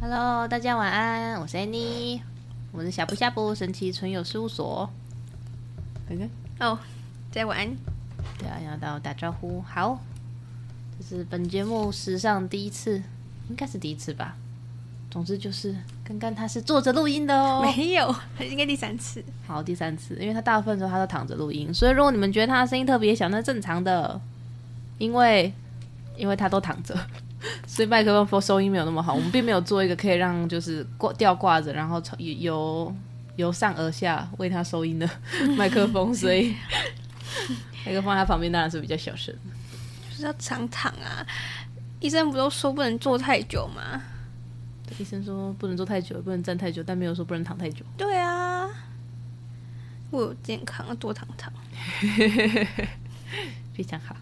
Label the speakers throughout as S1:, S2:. S1: Hello，大家晚安，我是 Annie，我是小布下布神奇存有事务所。OK，
S2: 哦，大家晚安。
S1: 嗯对啊，要到打招呼，好，这是本节目史上第一次，应该是第一次吧。总之就是，刚刚他是坐着录音的哦，
S2: 没有， 应该第三次。
S1: 好，第三次，因为他大部分时候他都躺着录音，所以如果你们觉得他的声音特别小，那是正常的，因为因为他都躺着， 所以麦克风收音没有那么好。我们并没有做一个可以让就是挂吊挂着，然后从由由上而下为他收音的 麦克风，所以麦克风在他旁边当然是比较小声。
S2: 就是要常躺啊，医生不都说不能坐太久吗？
S1: 对医生说不能坐太久，也不能站太久，但没有说不能躺太久。
S2: 对啊，为了健康要多躺躺。
S1: 非常好。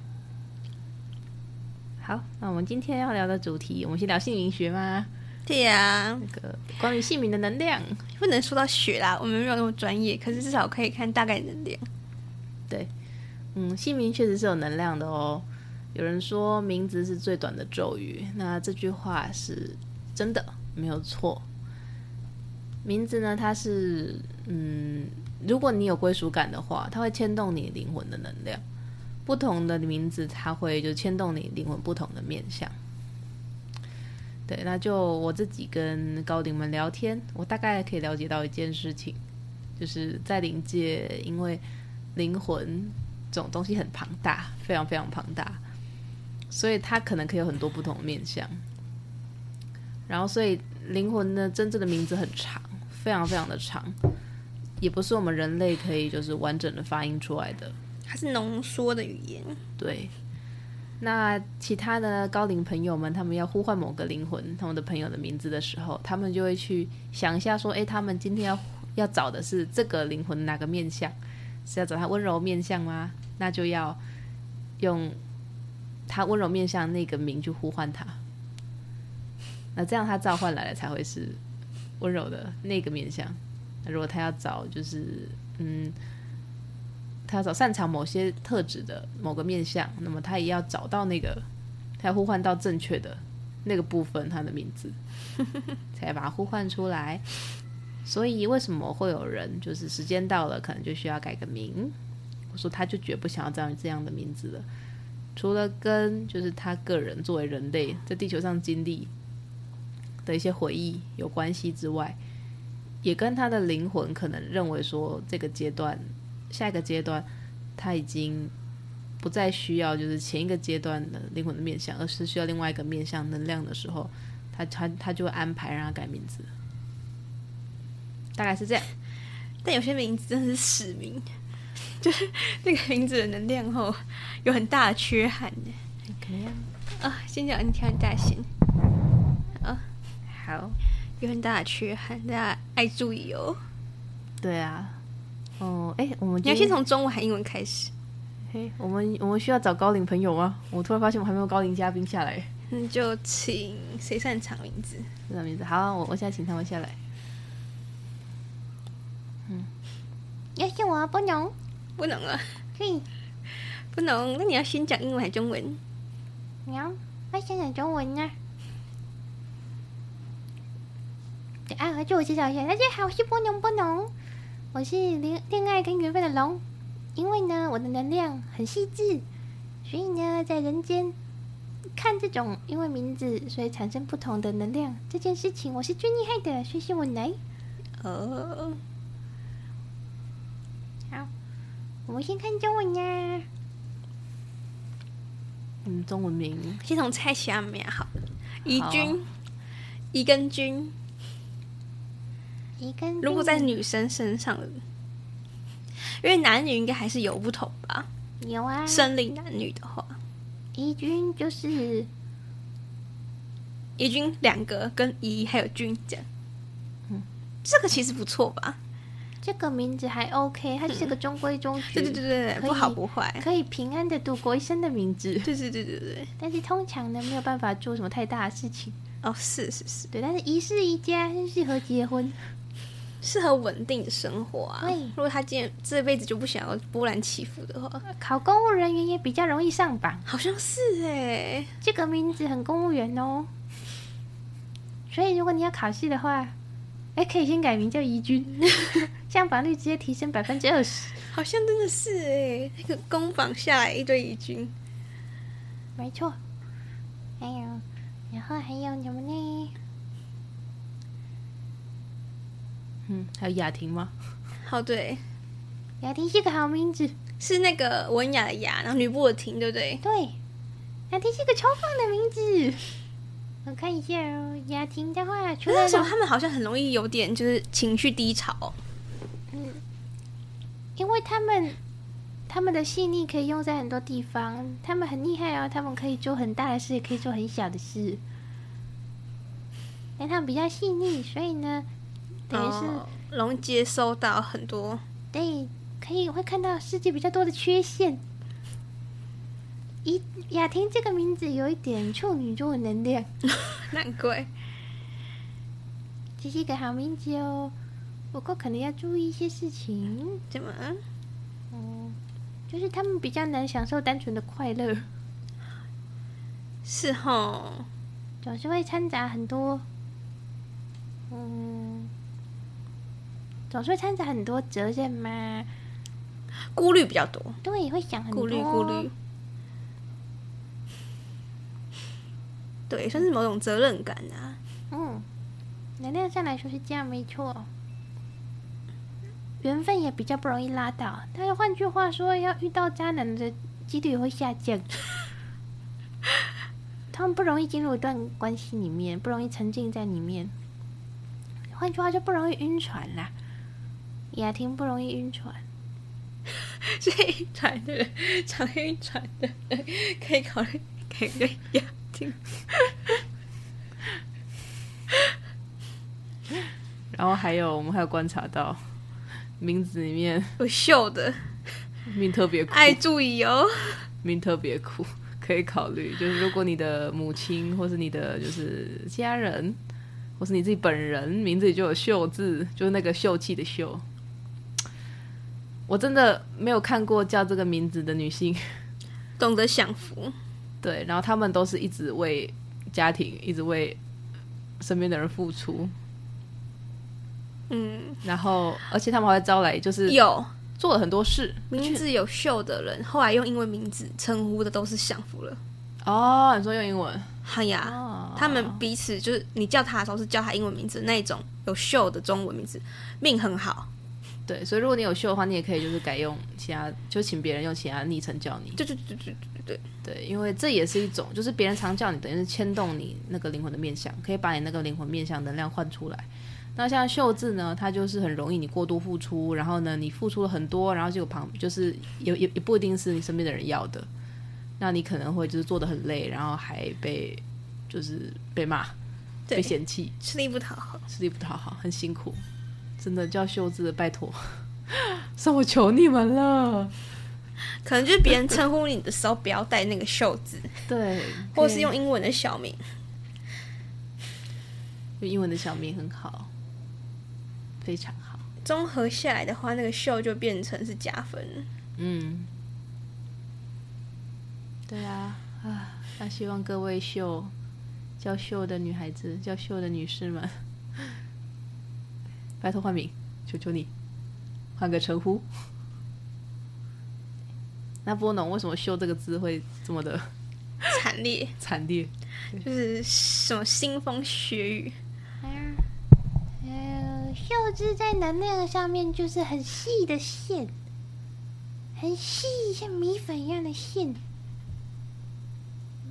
S1: 好，那我们今天要聊的主题，我们先聊姓名学吗？
S2: 对呀、啊，
S1: 那个关于姓名的能量，
S2: 不能说到血啦，我们没有那么专业，可是至少可以看大概能量。
S1: 嗯，姓名确实是有能量的哦。有人说名字是最短的咒语，那这句话是真的，没有错。名字呢，它是嗯，如果你有归属感的话，它会牵动你灵魂的能量。不同的名字，它会就牵动你灵魂不同的面向。对，那就我自己跟高龄们聊天，我大概可以了解到一件事情，就是在灵界，因为灵魂这种东西很庞大，非常非常庞大，所以它可能可以有很多不同的面向。然后，所以灵魂呢，真正的名字很长，非常非常的长，也不是我们人类可以就是完整的发音出来的。
S2: 它是浓缩的语言，
S1: 对，那其他的高龄朋友们，他们要呼唤某个灵魂，他们的朋友的名字的时候，他们就会去想一下，说，诶，他们今天要要找的是这个灵魂哪个面相？是要找他温柔面相吗？那就要用他温柔面相那个名去呼唤他，那这样他召唤来的才会是温柔的那个面相。那如果他要找就是嗯他要找擅长某些特质的某个面相，那么他也要找到那个，他要呼唤到正确的那个部分，他的名字，才把它呼唤出来。所以为什么会有人就是时间到了，可能就需要改个名？我说他就绝不想要这样这样的名字了。除了跟就是他个人作为人类在地球上经历的一些回忆有关系之外，也跟他的灵魂可能认为说这个阶段、下一个阶段他已经不再需要就是前一个阶段的灵魂的面向，而是需要另外一个面向能量的时候，他他他就会安排让他改名字，大概是这样。
S2: 但有些名 字真的是使命，就是 那个名字的能量后有很大的缺憾呢。啊，先讲你挑你大型，
S1: 好，
S2: 有很大的缺憾，大家爱注意哦。
S1: 对啊，哦，哎，我们
S2: 你要
S1: 今
S2: 先
S1: 天
S2: 从中文还英文开始，
S1: 嘿，我们我们需要找高龄朋友吗？我突然发现我还没有高龄嘉宾下来。
S2: 那就请谁擅长名字？
S1: 这个名字好，我我现在请他们下来。
S3: 要是我不能，
S2: 不能啊，
S3: 嘿，
S2: 不能。那你要先讲英文还是中文？
S3: 娘，我想讲中文呢。对啊，自我介绍一下，大家好，我是波农波农，我是恋恋爱跟缘分的龙。因为呢，我的能量很细致，所以呢，在人间看这种因为名字所以产生不同的能量这件事情，我是最厉害的，所以是我来。
S2: 哦，
S3: 我们先看中文呀，
S1: 嗯，中文名
S2: 先从猜下面啊好了。怡哦君，怡跟君，
S3: 一根。
S2: 如果在女生身上，因为男女应该还是有不同吧，
S3: 有啊，
S2: 生理男女的话，
S3: 一军就是
S2: 怡君两个跟怡还有君这样，嗯这个其实不错吧？
S3: 这个名字还 OK，它是个中规中矩，
S2: 嗯对对对对，
S3: 可以
S2: 不好不坏，
S3: 可以平安的度过一生的名字。
S2: 对对对对对，
S3: 但是通常呢，没有办法做什么太大的事情。
S2: 哦是是是，
S3: 对，但是一世一家很适合结婚。
S2: 适合稳定的生活啊。
S3: 对
S2: 如果他今天这辈子就不想要波澜起伏的话，
S3: 考公务人员也比较容易上榜。
S2: 好像是哎、
S3: 这个名字很公务员哦，所以如果你要考试的话，哎，可以先改名叫怡君， 这样榜率直接提升百分之二十。
S2: 好像真的是哎，那个工坊下来一堆疑军，
S3: 没错。还有，然后还有什么呢？
S1: 嗯，还有雅婷吗？
S2: 好哦对，
S3: 雅婷是个好名字，
S2: 是那个文雅的雅，然后女部的婷，对不对？
S3: 对，雅婷是个超棒的名字。 我看一下哦，雅婷的话，除了
S2: 为什么他们好像很容易有点就是情绪低潮哦？
S3: 因为他们他们的细腻可以用在很多地方，他们很厉害哦，他们可以做很大的事，也可以做很小的事。但他们比较细腻，所以呢，等于是、
S2: 哦容易接收到很多
S3: 对，可以会看到世界比较多的缺陷。怡雅婷这个名字有一点处女座的能量，
S2: 难怪
S3: 这是一个好名字哦。不过可能要注意一些事情，
S2: 怎么
S3: 嗯，就是他们比较难享受单纯的快乐。
S2: 是吼？
S3: 总是会掺杂很多，嗯，总是会掺杂很多责任嘛，
S2: 顾虑比较多，
S3: 对，会想很多
S2: 顾虑顾虑，对，算是某种责任感啊。
S3: 嗯，能量上来说是这样，没错。缘分也比较不容易拉倒，但是换句话说，要遇到渣男的几率会下降。他们不容易进入一段关系里面，不容易沉浸在里面。换句话说，不容易晕船啦。雅婷不容易晕船，
S2: 所以晕船的人，常晕船的人可以考虑给个雅婷。
S1: 然后还有我们还有观察到，名字里面
S2: 有秀的，
S1: 命特别苦，
S2: 爱注意哦。
S1: 命特别苦， 可以考虑。就是如果你的母亲或是你的就是家人，或是你自己本人名字里就有“秀”字，就是那个秀气的“秀”。我真的没有看过叫这个名字的女性，
S2: 懂得享福，
S1: 对，然后她们都是一直为家庭，一直为身边的人付出，
S2: 嗯，
S1: 然后而且她们还会招来就是
S2: 有
S1: 做了很多事，
S2: 名字有秀的人，后来用英文名字称呼的都是享福了。
S1: 哦，你说用英文？
S2: 哎呀，
S1: 哦
S2: 他们彼此就是你叫他的时候是叫他英文名字那一种有秀的中文名字，命很好，
S1: 对，所以如果你有秀的话，你也可以就是改用其他，就请别人用其他昵称叫你。
S2: 对对对对对对，
S1: 对，因为这也是一种，就是别人常叫你，等于是牵动你那个灵魂的面相，可以把你那个灵魂面相能量换出来。那像秀字呢，它就是很容易你过度付出，然后呢你付出了很多，然后结果旁就是也也也不一定是你身边的人要的，那你可能会就是做的很累，然后还被就是被骂、
S2: 对
S1: 被嫌弃，
S2: 吃力不讨好。
S1: 吃力不讨好，很辛苦，真的叫秀字的，拜托， 算我求你们了。
S2: 可能就是别人称呼你的时候不要带那个秀字，
S1: 对，
S2: 或是用英文的小名。
S1: 用英文的小名很好，非常好。
S2: 综合下来的话，那个秀就变成是加分。
S1: 嗯，对啊，啊，那希望各位秀叫秀的女孩子，叫秀的女士们， 拜托换名，求求你，换个称呼。那波农为什么“秀”这个字会这么的
S2: 惨烈
S1: 惨烈？
S2: 就是什么腥风血雨，
S3: 哎呃，秀智在能量上面就是很细的线，很细，像米粉一样的线。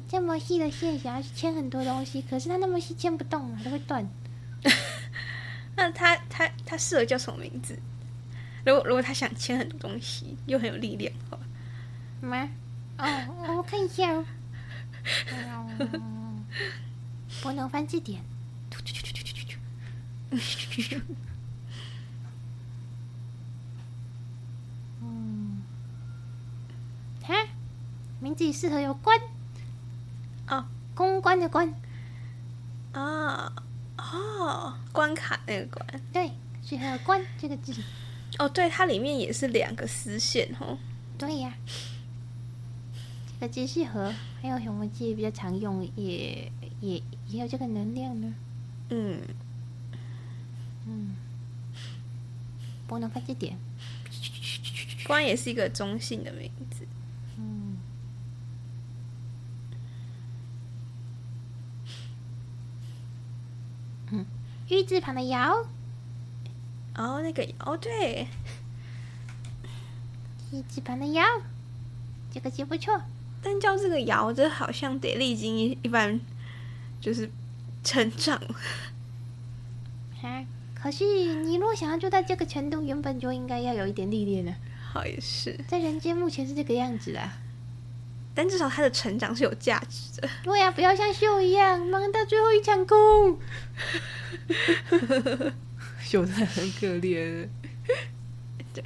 S3: 这么细的线想要去牵很多东西，可是它那么细牵不动啊，它会断。
S2: 那他他他适合叫什么名字？如果如果他想签很多东西，又很有力量的话，
S3: 吗？哦，我看一下哦。嗯不能翻字典。嗯，哈，名字与适合有关
S2: 哦
S3: 公关的关，
S2: 啊哦，关卡那个关
S3: 对，适合有关这个字，
S2: 哦，对，它里面也是两个丝线哦。
S3: 对呀、这个字适合。还有什么字比较常用，也也也有这个能量呢？
S2: 嗯，
S3: 嗯，不能快一点。
S2: 关也是一个中性的名字。
S3: 嗯，嗯，玉字旁的瑶，
S2: 哦，那个哦，对，
S3: 玉字旁的瑶，这个字不错。
S2: 但叫这个瑶，这好像得历经一一般，就是成长。
S3: 啊，可是你若想要做到这个程度，原本就应该要有一点历练呢、
S2: 好也是，
S3: 在人间目前是这个样子啊。
S2: 但至少他的成长是有价值的。
S3: 对呀、不要像秀一样忙到最后一场空。
S1: 秀才很可怜。
S2: 对，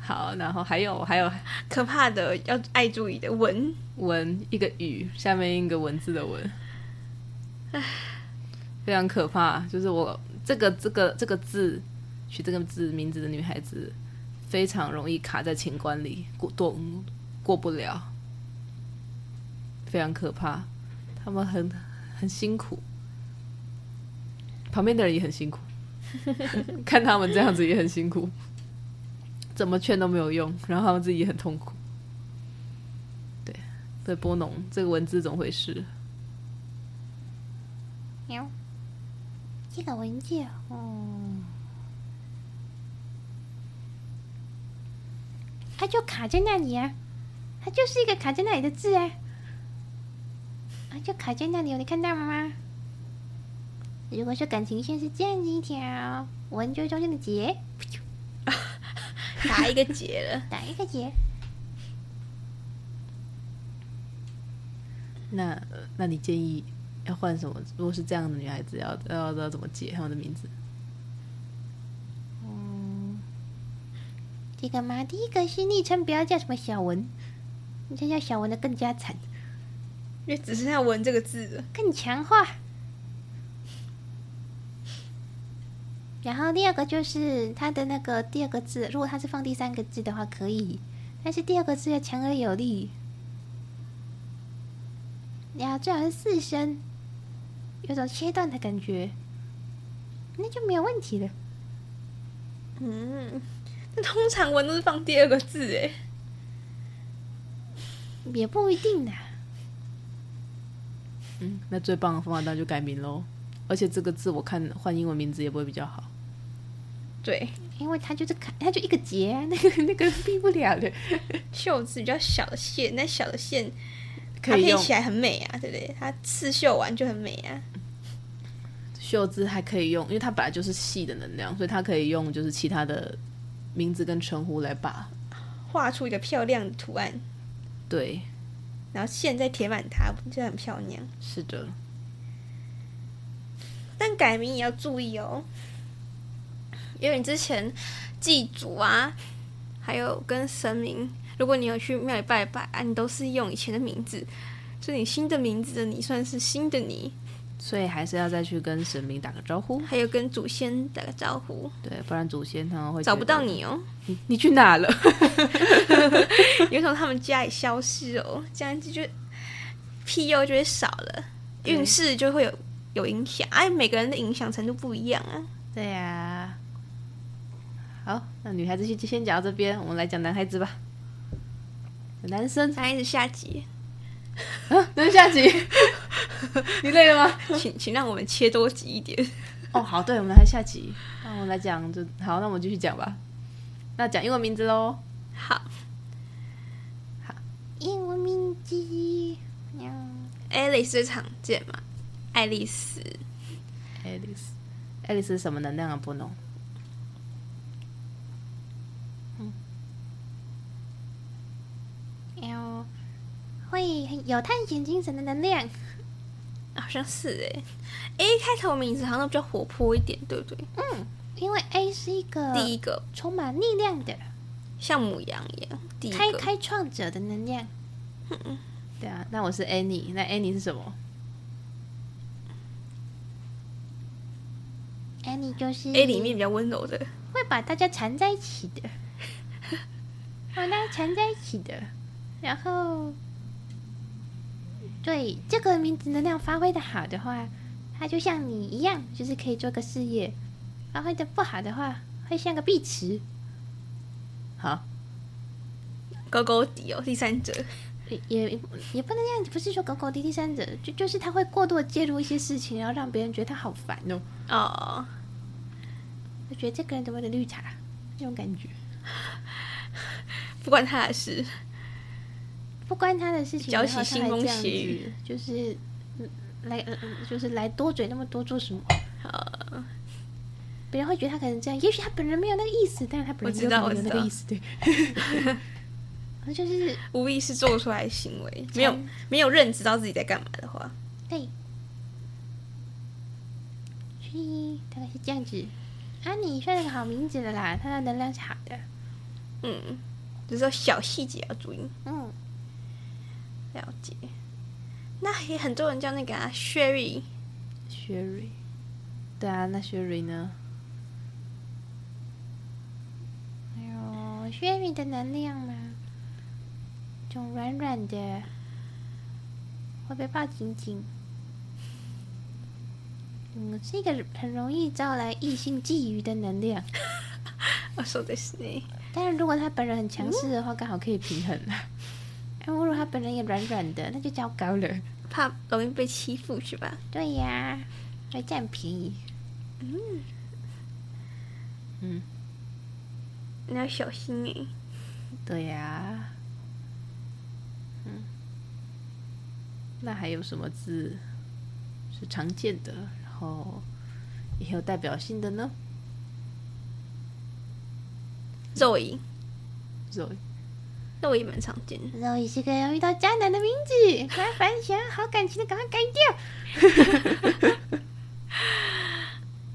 S1: 好，然后还有还有
S2: 可怕的要爱注意的文，
S1: 文一个雨，下面一个文字的文，非常可怕。就是我这个这个这个字取这个字名字的女孩子，非常容易卡在情关里，过过过不了，非常可怕。他们很很辛苦，旁边的人也很辛苦，看他们这样子也很辛苦，怎么劝都没有用，然后他们自己也很痛苦。对波农这个文字怎么回事？
S3: 喵，这个文件，嗯，它就卡在那里啊，它就是一个卡在那里的字啊，它就卡在那里哦，你看到了吗？如果说感情线是这样子一条，文就是中间的结，
S2: 打一个结了。
S3: 打一个结，
S1: 那呃那你建议要换什么？如果是这样的女孩子，要要要怎么解她们的名字？
S3: 嗯，这个嘛，第一个是昵称，不要叫什么小文，你这叫小文的更加惨。
S2: 因为只剩下“文”这个字了。
S3: 更强化。然后第二个就是它的那个第二个字，如果它是放第三个字的话可以，但是第二个字要强而有力，然后最好是四声，有种切断的感觉，那就没有问题了。
S2: 嗯，那通常“文”都是放第二个字，哎，
S3: 也不一定啦，
S1: 嗯，那最棒的方法那就改名喽。而且这个字我看换英文名字也不会比较好。
S2: 对，
S3: 因为它就是看，它就一个结啊、那个那个避不了的，
S2: 袖子比较小的线，那小的线它
S1: 可以
S2: 配
S1: 用
S2: 起来很美啊，对不对？它刺绣完就很美啊。
S1: 袖字还可以用，因为它本来就是细的能量，所以它可以用就是其他的名字跟称呼来把
S2: 画出一个漂亮的图案，
S1: 对，
S2: 然后线再填满它，就很漂亮。
S1: 是的，
S2: 但改名也要注意哦，因为你之前祭祖啊，还有跟神明，如果你有去庙里拜拜啊，你都是用以前的名字，所以你新的名字的你算是新的你，
S1: 所以还是要再去跟神明打个招呼，
S2: 还有跟祖先打个招呼，
S1: 对，不然祖先他们会
S2: 找
S1: 觉
S2: 不
S1: 得
S2: 到，你哦，
S1: 你去哪了？
S2: 有从他们家里消失哦，这样子就庇佑就会少了，
S1: 对
S2: 运势就会有有影响，哎、每个人的影响程度不一样啊。
S1: 对呀、好，那女孩子先先讲到这边，我们来讲男孩子吧。男生，
S2: 那一直下集，
S1: 啊，等下 集，你累了吗？
S2: 请请让我们切多集一点。
S1: 哦，好，对，我们来下集。那我们来讲，就好，那我们继续讲吧。那讲英文名字喽。
S2: 好，
S3: 英文名字，喵
S2: Alice 最常见嘛，爱丽丝，
S1: Alice，Alice 是什么能量啊？波农，
S3: 喵，会很有探险精神的能量。
S2: 好像是哎、a 开头名字好像都比较活泼一点，对不对？
S3: 嗯，因为 A 是一个
S2: 第一个
S3: 充满力量的
S2: 像母羊一样，第一
S3: 开
S2: 个
S3: 开创者的能量，
S1: 对啊，那我是 Annie，那 Annie 是什么？
S3: 安妮就是
S2: A 里面比较温柔的，
S3: 会把大家缠在一起的， 把大家缠在一起的，然后对这个名字能量发挥的好的话，它就像你一样，就是可以做个事业。它会的不好的话，会像个碧池。
S1: 好，
S2: 狗狗底哦，第三者，
S3: 也也也不能这样，不是说狗狗滴第三者，就就是他会过度地介入一些事情，然后让别人觉得他好烦哦，
S2: 哦，
S3: 就觉得这个人怎么有点绿茶那种感觉。
S2: 不关他的事，
S3: 不关他的事情，
S2: 搅
S3: 然
S2: 起
S3: 后他
S2: 腥
S3: 还
S2: 风
S3: 这
S2: 血
S3: 样子
S2: 雨，
S3: 就是嗯来呃就是来多嘴那么多做什么？
S2: 呃，
S3: 别人会觉得他可能这样，也许他本人没有那个意思，但是他本
S2: 我
S3: 人
S2: 知道
S3: 有可能有
S2: 我知
S3: 那
S2: 道
S3: 个意思，对。 然后就是
S2: 无意识做出来的行为，没有没有认知到自己在干嘛的话，
S3: 对，所以大概是这样子。啊，你算是个好名字的啦，他的能量是好的，
S2: 嗯，就是说小细节要注意，
S3: 嗯，
S2: 了解。那也很多人叫那个啊，Sherry，
S1: Sherry，对啊，那 Sherry 呢？
S3: 哎呦，轩宇的能量嘛，这种软软的，会被抱紧紧。嗯，是一个很容易招来异性觊觎的能量。
S2: 我哦说的是欸呢，
S3: 但是如果他本人很强势的话，刚好可以平衡啊。 哎如果他本人也软软的，那就糟糕了。
S2: 怕容易被欺负是吧？
S3: 对呀，会占便宜。
S2: 嗯，
S1: 嗯，
S2: 你要小心哎、
S1: 对呀、嗯，那还有什么字是常见的，然后也有代表性的呢？
S2: 肉蝇，
S1: 肉
S2: 肉蝇蛮常见的。
S3: 肉也是个容易遇到渣男的名字，麻烦想要好感情的赶快改掉。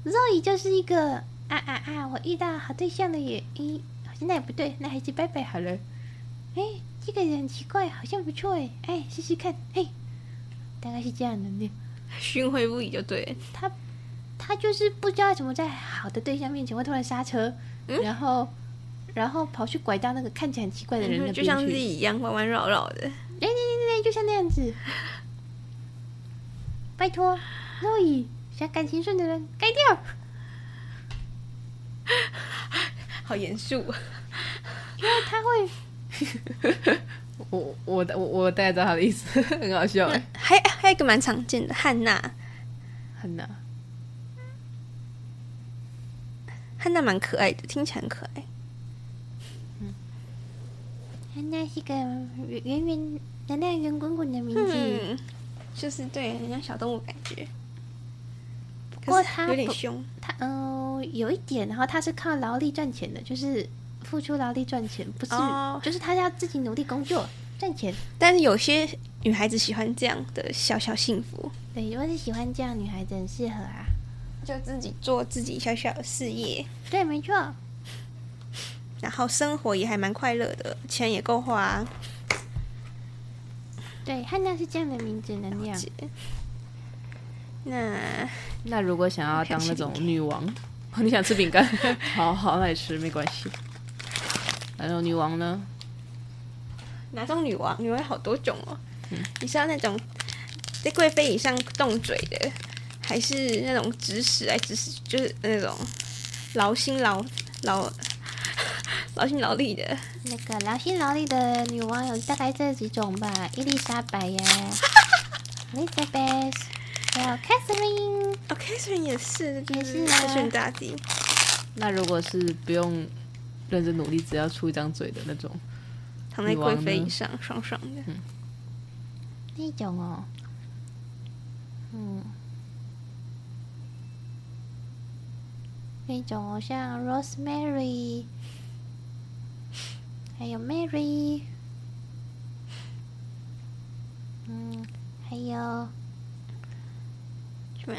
S3: 肉也就是一个啊啊啊！我遇到好对象了耶，咦，好像那也不对，那还是拜拜好了。哎，这个人很奇怪，好像不错哎，哎，试试看，嘿，大概是这样的呢。
S2: 巡回不已就对了，
S3: 他他就是不知道怎么在好的对象面前会突然刹车，
S2: 嗯
S3: 然后然后跑去拐到那个看起来很奇怪的人那边去，
S2: 嗯就像自己一样弯弯绕绕的。
S3: 哎，对对对，就像那样子。拜托，若雨，想感情顺的人改掉。
S2: 好严肃，
S3: 因为他会，
S1: 我我我我大概知道他的意思， 很好笑哎，
S2: 呃还还有一个蛮常见的汉娜，
S1: 很难。
S2: 汉娜蛮可爱的，听起来很可爱。
S3: 那是个圆圆圆能量圆滚滚的名字，
S2: 嗯，就是对，很像小动物感觉，
S3: 不过
S2: 可是
S3: 它
S2: 有点
S3: 不
S2: 凶。
S3: 他嗯、呃有一点，然后他是靠劳力赚钱的，就是付出劳力赚钱，不是，
S2: 哦
S3: 就是他要自己努力工作赚钱。
S2: 但是有些女孩子喜欢这样的小小幸福，
S3: 对，如果是喜欢这样的女孩子，很适合啊。
S2: 就自己做自己小小的事业，
S3: 对，没错，
S2: 然后生活也还蛮快乐的，钱也够花、
S3: 对，汉娜是这样的名字能量。
S2: 那
S1: 那如果想要当那种
S2: 我想吃饼
S1: 女王，哦你想吃饼干？ 好好，那你吃没关系。那种女王呢？
S2: 哪种女王？女王有好多种哦。你是要那种在贵妃以上动嘴的，还是那种指使来指使，就是那种劳心劳劳劳心劳力的？
S3: 那个劳心劳力的女王有大概这几种吧，伊丽莎白 呀，Elizabeth，还有 Catherine，
S2: 哦，Catherine 也是，就
S3: 也
S2: 是
S3: 是啊
S2: Catherine 大帝。
S1: 那如果是不用认真努力，只要出一张嘴的那种，
S2: 躺在
S1: 女王
S2: 贵
S1: 呢
S2: 妃以上，爽爽的。
S3: 那种哦，嗯，那种哦，像 Rosemary，还有 Mary，嗯，还有。
S2: 什么？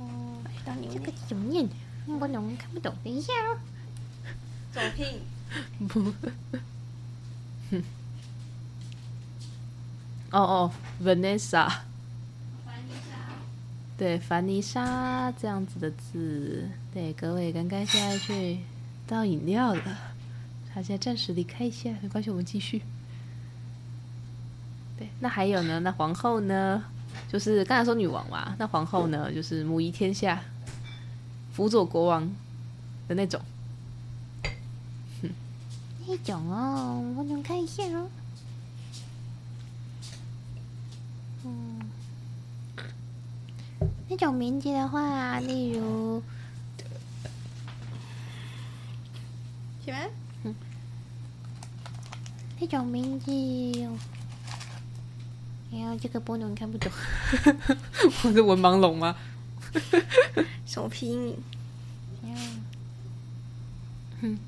S3: 嗯
S2: 到你
S3: 这个怎么念？我懂，看不懂。等一下哦。
S2: 走聘
S1: 不， 哦哦，Vanessa，对，凡妮莎这样子的字，对，各位刚刚现在去倒饮料了，他现在暂时离开一下，没关系，我们继续。对，那还有呢？那皇后呢？就是刚才说女王嘛，那皇后呢，就是母仪天下，辅佐国王的那种。
S3: 那种哦，我能看一下哦。嗯，那种名字的话，例如
S2: 什么？
S3: 那种名字，然后这个波能看不懂。
S1: 我是文盲龙吗？
S2: 什么拼音？
S3: 然后
S1: 嗯，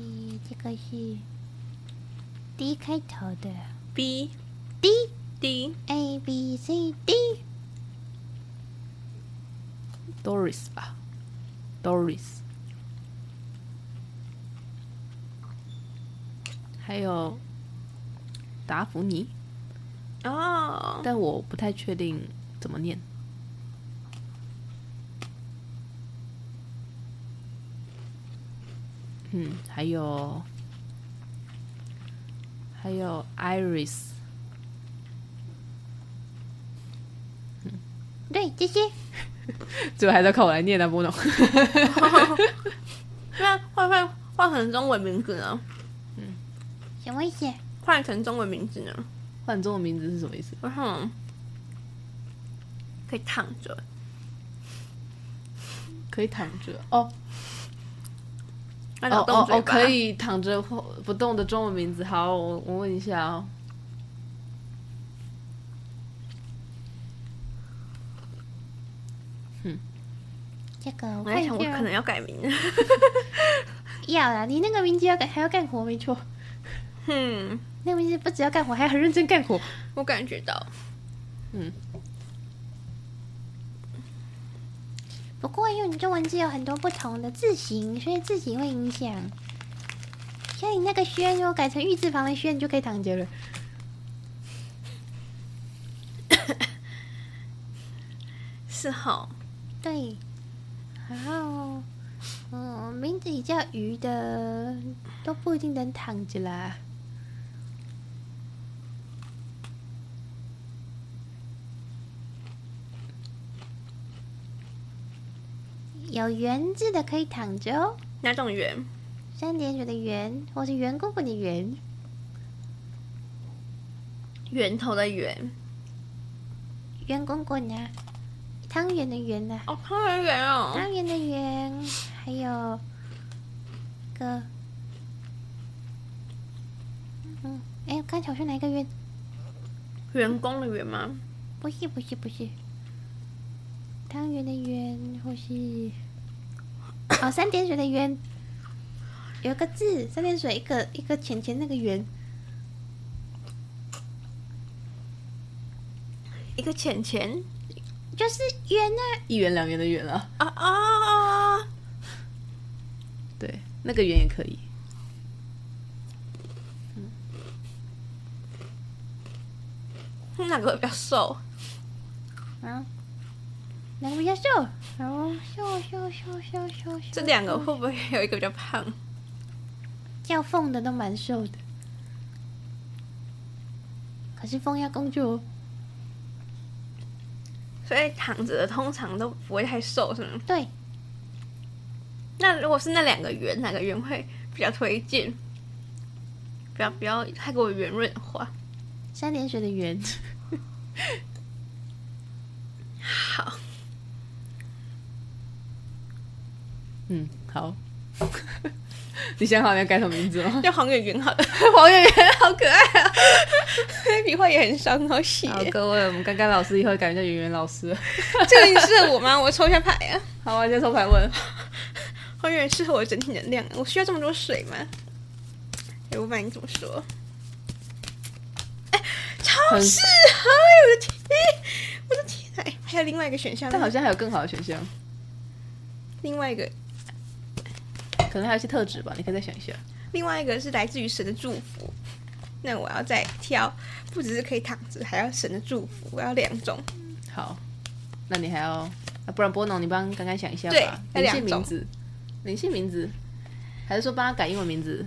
S3: 咦，这个是 D 开头的
S2: B
S3: D
S2: D
S3: A B C D，
S1: Doris 吧，Doris，还有达芙妮，
S2: 哦，
S1: 但我不太确定怎么念。嗯，还有还有 Iris，
S3: 对，这些
S1: 最后还是要靠我来念啊，波农。
S2: 那换换换成中文名字呢？
S3: 什么意思？
S2: 换成中文名字呢？
S1: 换中文名字是什么意思？
S2: 我想可以躺着，
S1: 可以躺着哦，
S2: 那
S1: 哦
S2: 脑
S1: 哦
S2: 动嘴
S1: 哦，
S2: 巴
S1: 可。以躺着或不动的中文名字。好，我我问一下哦。
S3: 这个
S2: 我
S3: 我
S2: 在
S3: 看一
S2: 想，我
S3: 下
S2: 可能
S3: 哦。
S2: 要改名了。
S3: 要啦，你那个名字要干还要干活，没错。
S2: 嗯，
S3: 那个名字不只要干活，还要很认真干活。
S2: 我感觉到
S1: 嗯，
S3: 不过因为你中文字有很多不同的字形，所以字形会影响。像你那个轩，如果改成玉字旁的轩，你就可以躺着了。
S2: 是好
S3: 对，然后，嗯，名字也叫鱼的都不一定能躺着啦。有圆字的可以躺着哦，
S2: 哪种圆？
S3: 三点水的圆，或是圆滚滚的圆。
S2: 源头的源
S3: 圆滚滚啊，汤圆的圆啊呐、
S2: 哦，汤圆圆哦，
S3: 汤圆的圆，还有个，嗯，哎，刚巧是哪一个圆？
S2: 员工的员吗？
S3: 不是，不是，不是，汤圆的圆，或是哦，三点水的圆，有一个字，三点水一个一个浅浅那个圆，
S2: 一个钱钱
S3: 就是圆啊，
S1: 一元两元的元啊，
S2: 啊啊！
S1: 对，那个元也可以。
S2: 哪个比较瘦？
S3: 啊，两个比较瘦，然后瘦瘦瘦瘦瘦瘦，
S2: 这两个
S3: 瘦
S2: 会不会有一个比较胖？
S3: 叫凤的都蛮瘦的，可是凤要工作哦。
S2: 所以躺着的通常都不会太瘦，是吗？
S3: 对，
S2: 那如果是那两个圆，哪个圆会比较推荐？不要不要太过圆润化。
S3: 三点水的圆。
S2: 好，
S1: 嗯，好。 你想好你要改什么名字吗？
S2: 叫黄圆圆好了， 黄圆圆好可爱啊！ 笔画也很少，很好写。
S1: 好，各位，我们刚刚老师以后改名叫圆圆老师了。
S2: 这个你适合我吗？我抽一下牌啊。
S1: 好啊，先抽牌问。
S2: 花园适合我整体能量，啊我需要这么多水吗？哎，我管你怎么说。哎，超
S1: 很
S2: 适合！我的天，我的天！哎，还有另外一个选项，
S1: 但好像还有更好的选项，
S2: 另外一个，
S1: 可能还有一些特质吧，你可以再想一下。
S2: 另外一个是来自于神的祝福。那我要再挑，不只是可以躺着，还要神的祝福，我要两种。
S1: 好，那你还要，啊、不然波农，你帮刚刚想一下
S2: 对
S1: 吧。
S2: 那
S1: 灵性
S2: 两种
S1: 名字，灵性名字，还是说帮他改英文名字？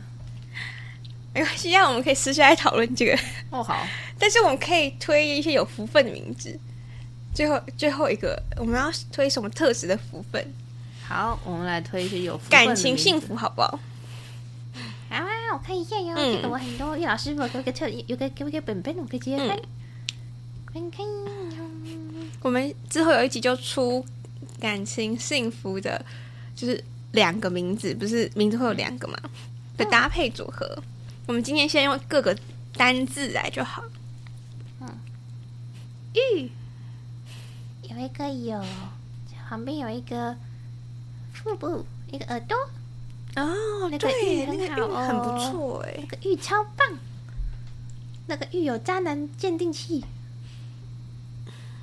S2: 没关系，那我们可以私下来讨论这个。
S1: 哦，好，
S2: 但是我们可以推一些有福分的名字。最后最后一个，我们要推什么特质的福分？
S1: 好，我们来推一些有福分的
S2: 感情
S1: 名字
S2: 幸福好不好？
S3: 好啊，我看一下哟，这个我很多。岳老师，我给我个特，有个给我个本本，我可以直接翻
S2: 嗯。
S3: 翻看哟。
S2: 我们之后有一集就出感情幸福的，就是两个名字，不是名字会有两个嘛的搭配组合。我们今天先用各个单字来就好。
S3: 嗯玉有一个有，旁边有一个腹部，一个耳朵，
S2: 哦
S3: 那个
S2: 对，
S3: 玉
S2: 那
S3: 很
S2: 个
S3: 好
S2: 玉很不
S3: 哦
S2: 错哎
S3: 那。个玉超棒。那个玉有渣男鉴定器，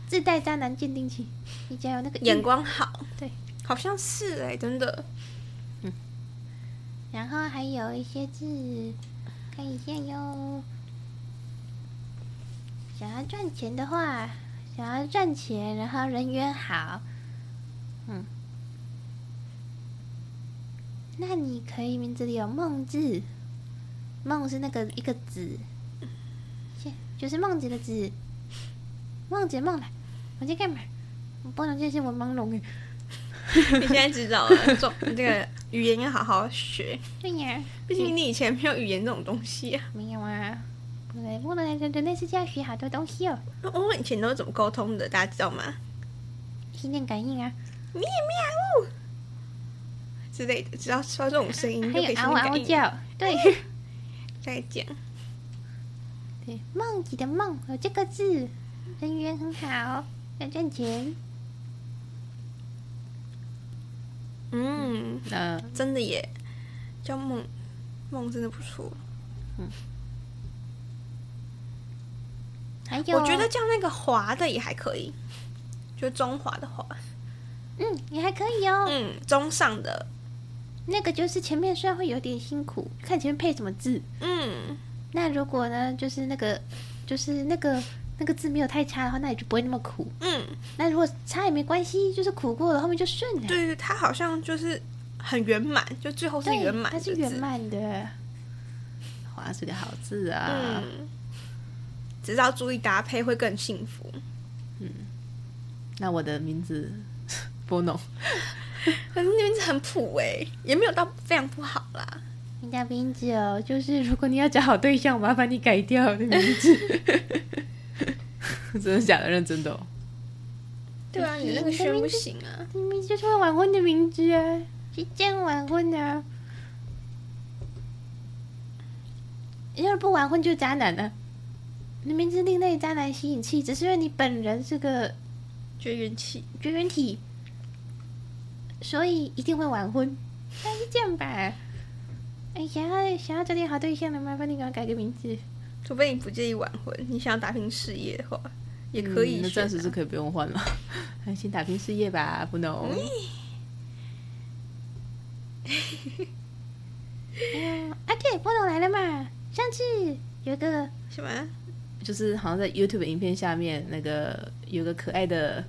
S3: 自带渣男鉴定器。你家有那个玉
S2: 眼，光好，
S3: 对，
S2: 好像是哎、真 的。
S3: 然后还有一些字，看一下哟。想要赚钱的话，想要赚钱，然后人缘好，嗯，那你可以名字里有梦字，梦是那个一个子，现就是孟子的子，孟子孟来，我在干嘛？我不能这些文盲聋哎。
S2: 你现在知道了，中这个语言要好好学，
S3: 对呀，
S2: 毕竟你以前没有语言这种东西啊。
S3: 没有啊，我来我来人人类世界要学好多东西哦。
S2: 那我们以前都是怎么沟通的？大家知道吗？
S3: 心电感应啊，
S2: 咩喵之类的，只要说到这种声音
S3: 还
S2: 就可以
S3: 有啊
S2: 心
S3: 嗷
S2: 里
S3: 嗷
S2: 感应。
S3: 叫，对
S2: 再见，
S3: 对，梦里的梦有这个字，人缘很好，要赚钱，
S2: 嗯，
S1: 那
S2: 真的耶，叫梦梦真的不错。
S3: 还有啊
S2: 我觉得叫那个华的也还可以，就中华的华，
S3: 嗯也还可以哦，
S2: 嗯，中上的，
S3: 那个就是前面虽然会有点辛苦，看前面配什么字，
S2: 嗯，
S3: 那如果呢就是那个就是那个那个字没有太差的话，那你就不会那么苦，
S2: 嗯。
S3: 那如果差也没关系，就是苦过了后面就顺了，
S2: 对对，他好像就是很圆满，就最后是
S3: 对，
S2: 圆满
S3: 它
S2: 的字，
S3: 是圆满的，
S1: 华是个好字啊，
S2: 嗯，只是要注意搭配会更幸福。
S1: 那我的名字 Bono，
S2: 可是那名字很普哎、也没有到非常不好啦。
S3: 你的名字哦，就是如果你要找好对象，麻烦你改掉你的名字。
S1: 真的假的？认真的、哦，
S2: 对啊，你那个轩不行啊。
S3: 你名字就是会晚婚的名字啊，谁这样晚婚啊？要是不晚婚就是渣男啊！你名字另类渣男吸引器，只是因为你本人是个
S2: 绝缘气，
S3: 绝缘体，所以一定会晚婚。那就这样吧。哎，想要想要找点好对象的，麻烦你给我改个名字。
S2: 除非你不介意晚婚，你想要打拼事业的话，也可以
S1: 嗯那
S2: 选啊、
S1: 暂时是可以不用换了， 还先打拼事业吧，Bono。
S2: 嗯
S3: 哎呀，啊对，波总来了嘛！上次有个
S2: 什么？
S1: 就是好像在 YouTube 影片下面那个有个可爱的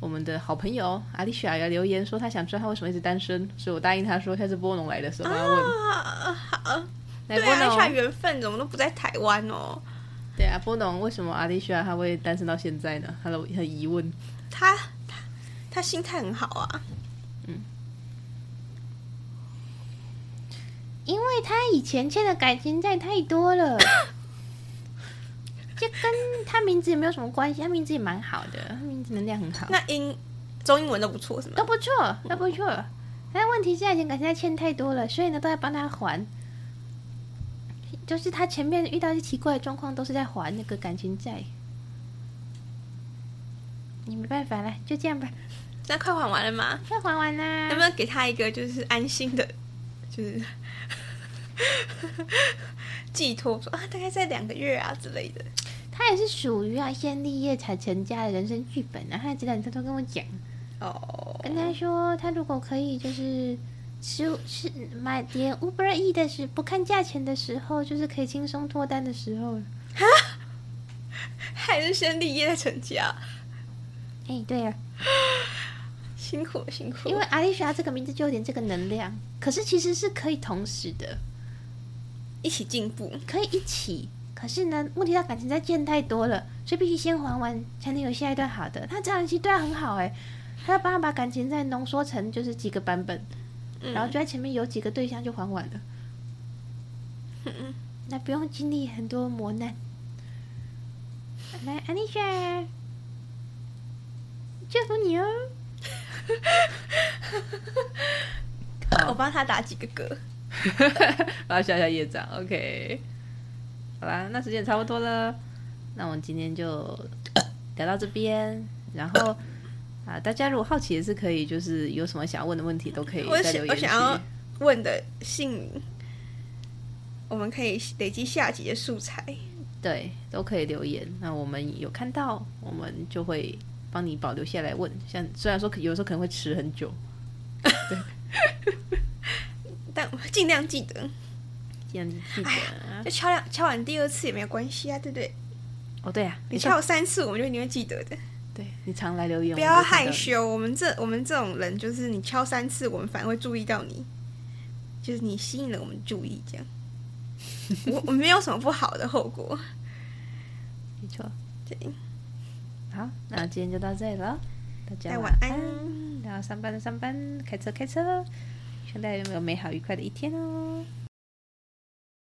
S1: 我们的好朋友阿丽雪要留言说他想知道他为什么一直单身，所以我答应他说下次波农来的时候我要问。
S2: 啊，好，
S1: 来哦
S2: 对
S1: 波
S2: 啊，下
S1: 农，
S2: 缘分怎么都不在台湾哦。
S1: 对啊，波农为什么阿丽雪他会单身到现在呢？他的他的疑问。
S2: 他他他心态很好啊，
S3: 因为他以前欠的感情债太多了， 这跟他名字也没有什么关系，他名字也蛮好的，他名字能
S1: 嗯
S3: 量很好，
S2: 那英中英文都不错是吗
S3: 都？不错，都不错。但问题是他以前感情债欠太多了，所以呢都在帮他还，就是他前面遇到一些奇怪的状况，都是在还那个感情债。你没办法了，就这样吧，
S2: 那快还完了吗？
S3: 快还完啦
S2: 能不！能给他一个就是安心的，就是 寄托，说啊，大概在两个月啊之类的。
S3: 他也是属于要先立业才成家的人生剧本啊，他这两天都跟我讲。
S2: 哦，
S3: 跟他说，他如果可以，就是吃吃买点 Uber E 的时，不看价钱的时候，就是可以轻松脱单的时候了。
S2: 还是先立业再成家，
S3: 哎、对啊，
S2: 辛苦了辛苦了。
S3: 因为阿丽莎这个名字就有点这个能量，可是其实是可以同时的，
S2: 一起进步，
S3: 可以一起，可是呢，问题他感情债欠太多了，所以必须先还完，才能有下一段好的。他这样其实对他很好哎、他要帮他把感情债浓缩成就是几个版本，
S2: 嗯
S3: 然后就在前面有几个对象就还完了，
S2: 嗯
S3: 那不用经历很多磨难。来，安妮雪，祝福你哦！
S2: 呃我帮他打几个嗝。
S1: 我要下下业障。OK，好啦，那时间也差不多了，那我们今天就呃聊到这边。然后啊，大家如果好奇也是可以，就是有什么想要问的问题都可以
S2: 我
S1: 在
S2: 想
S1: 留
S2: 我
S1: 言区。
S2: 想要问的姓名，我们可以累积下集的素材。
S1: 对，都可以留言。那我们有看到，我们就会帮你保留下来问。像虽然说可有时候可能会迟很久，
S2: 但我尽量记得，哎
S1: 这样子记得啊。
S2: 就敲两敲完第二次也没有关系啊，对不对？
S1: 哦，对啊，
S2: 你
S1: 没错
S2: 敲三次，我们就一定会记得的。
S1: 对你常来留言，
S2: 不
S1: 我
S2: 要
S1: 们就看到
S2: 害
S1: 你。
S2: 羞，我们这我们这种人就是你敲三次，我们反而会注意到你，就是你吸引了我们注意， 这样。我我没有什么不好的后果。
S1: 没错。
S2: 对，
S1: 好，那今天就到这里了，大
S2: 大
S1: 家
S2: 家
S1: 晚
S2: 晚
S1: 安。
S2: 安，
S1: 然后上班的上班，开车开车，希望大家有没有美好愉快的一天哦，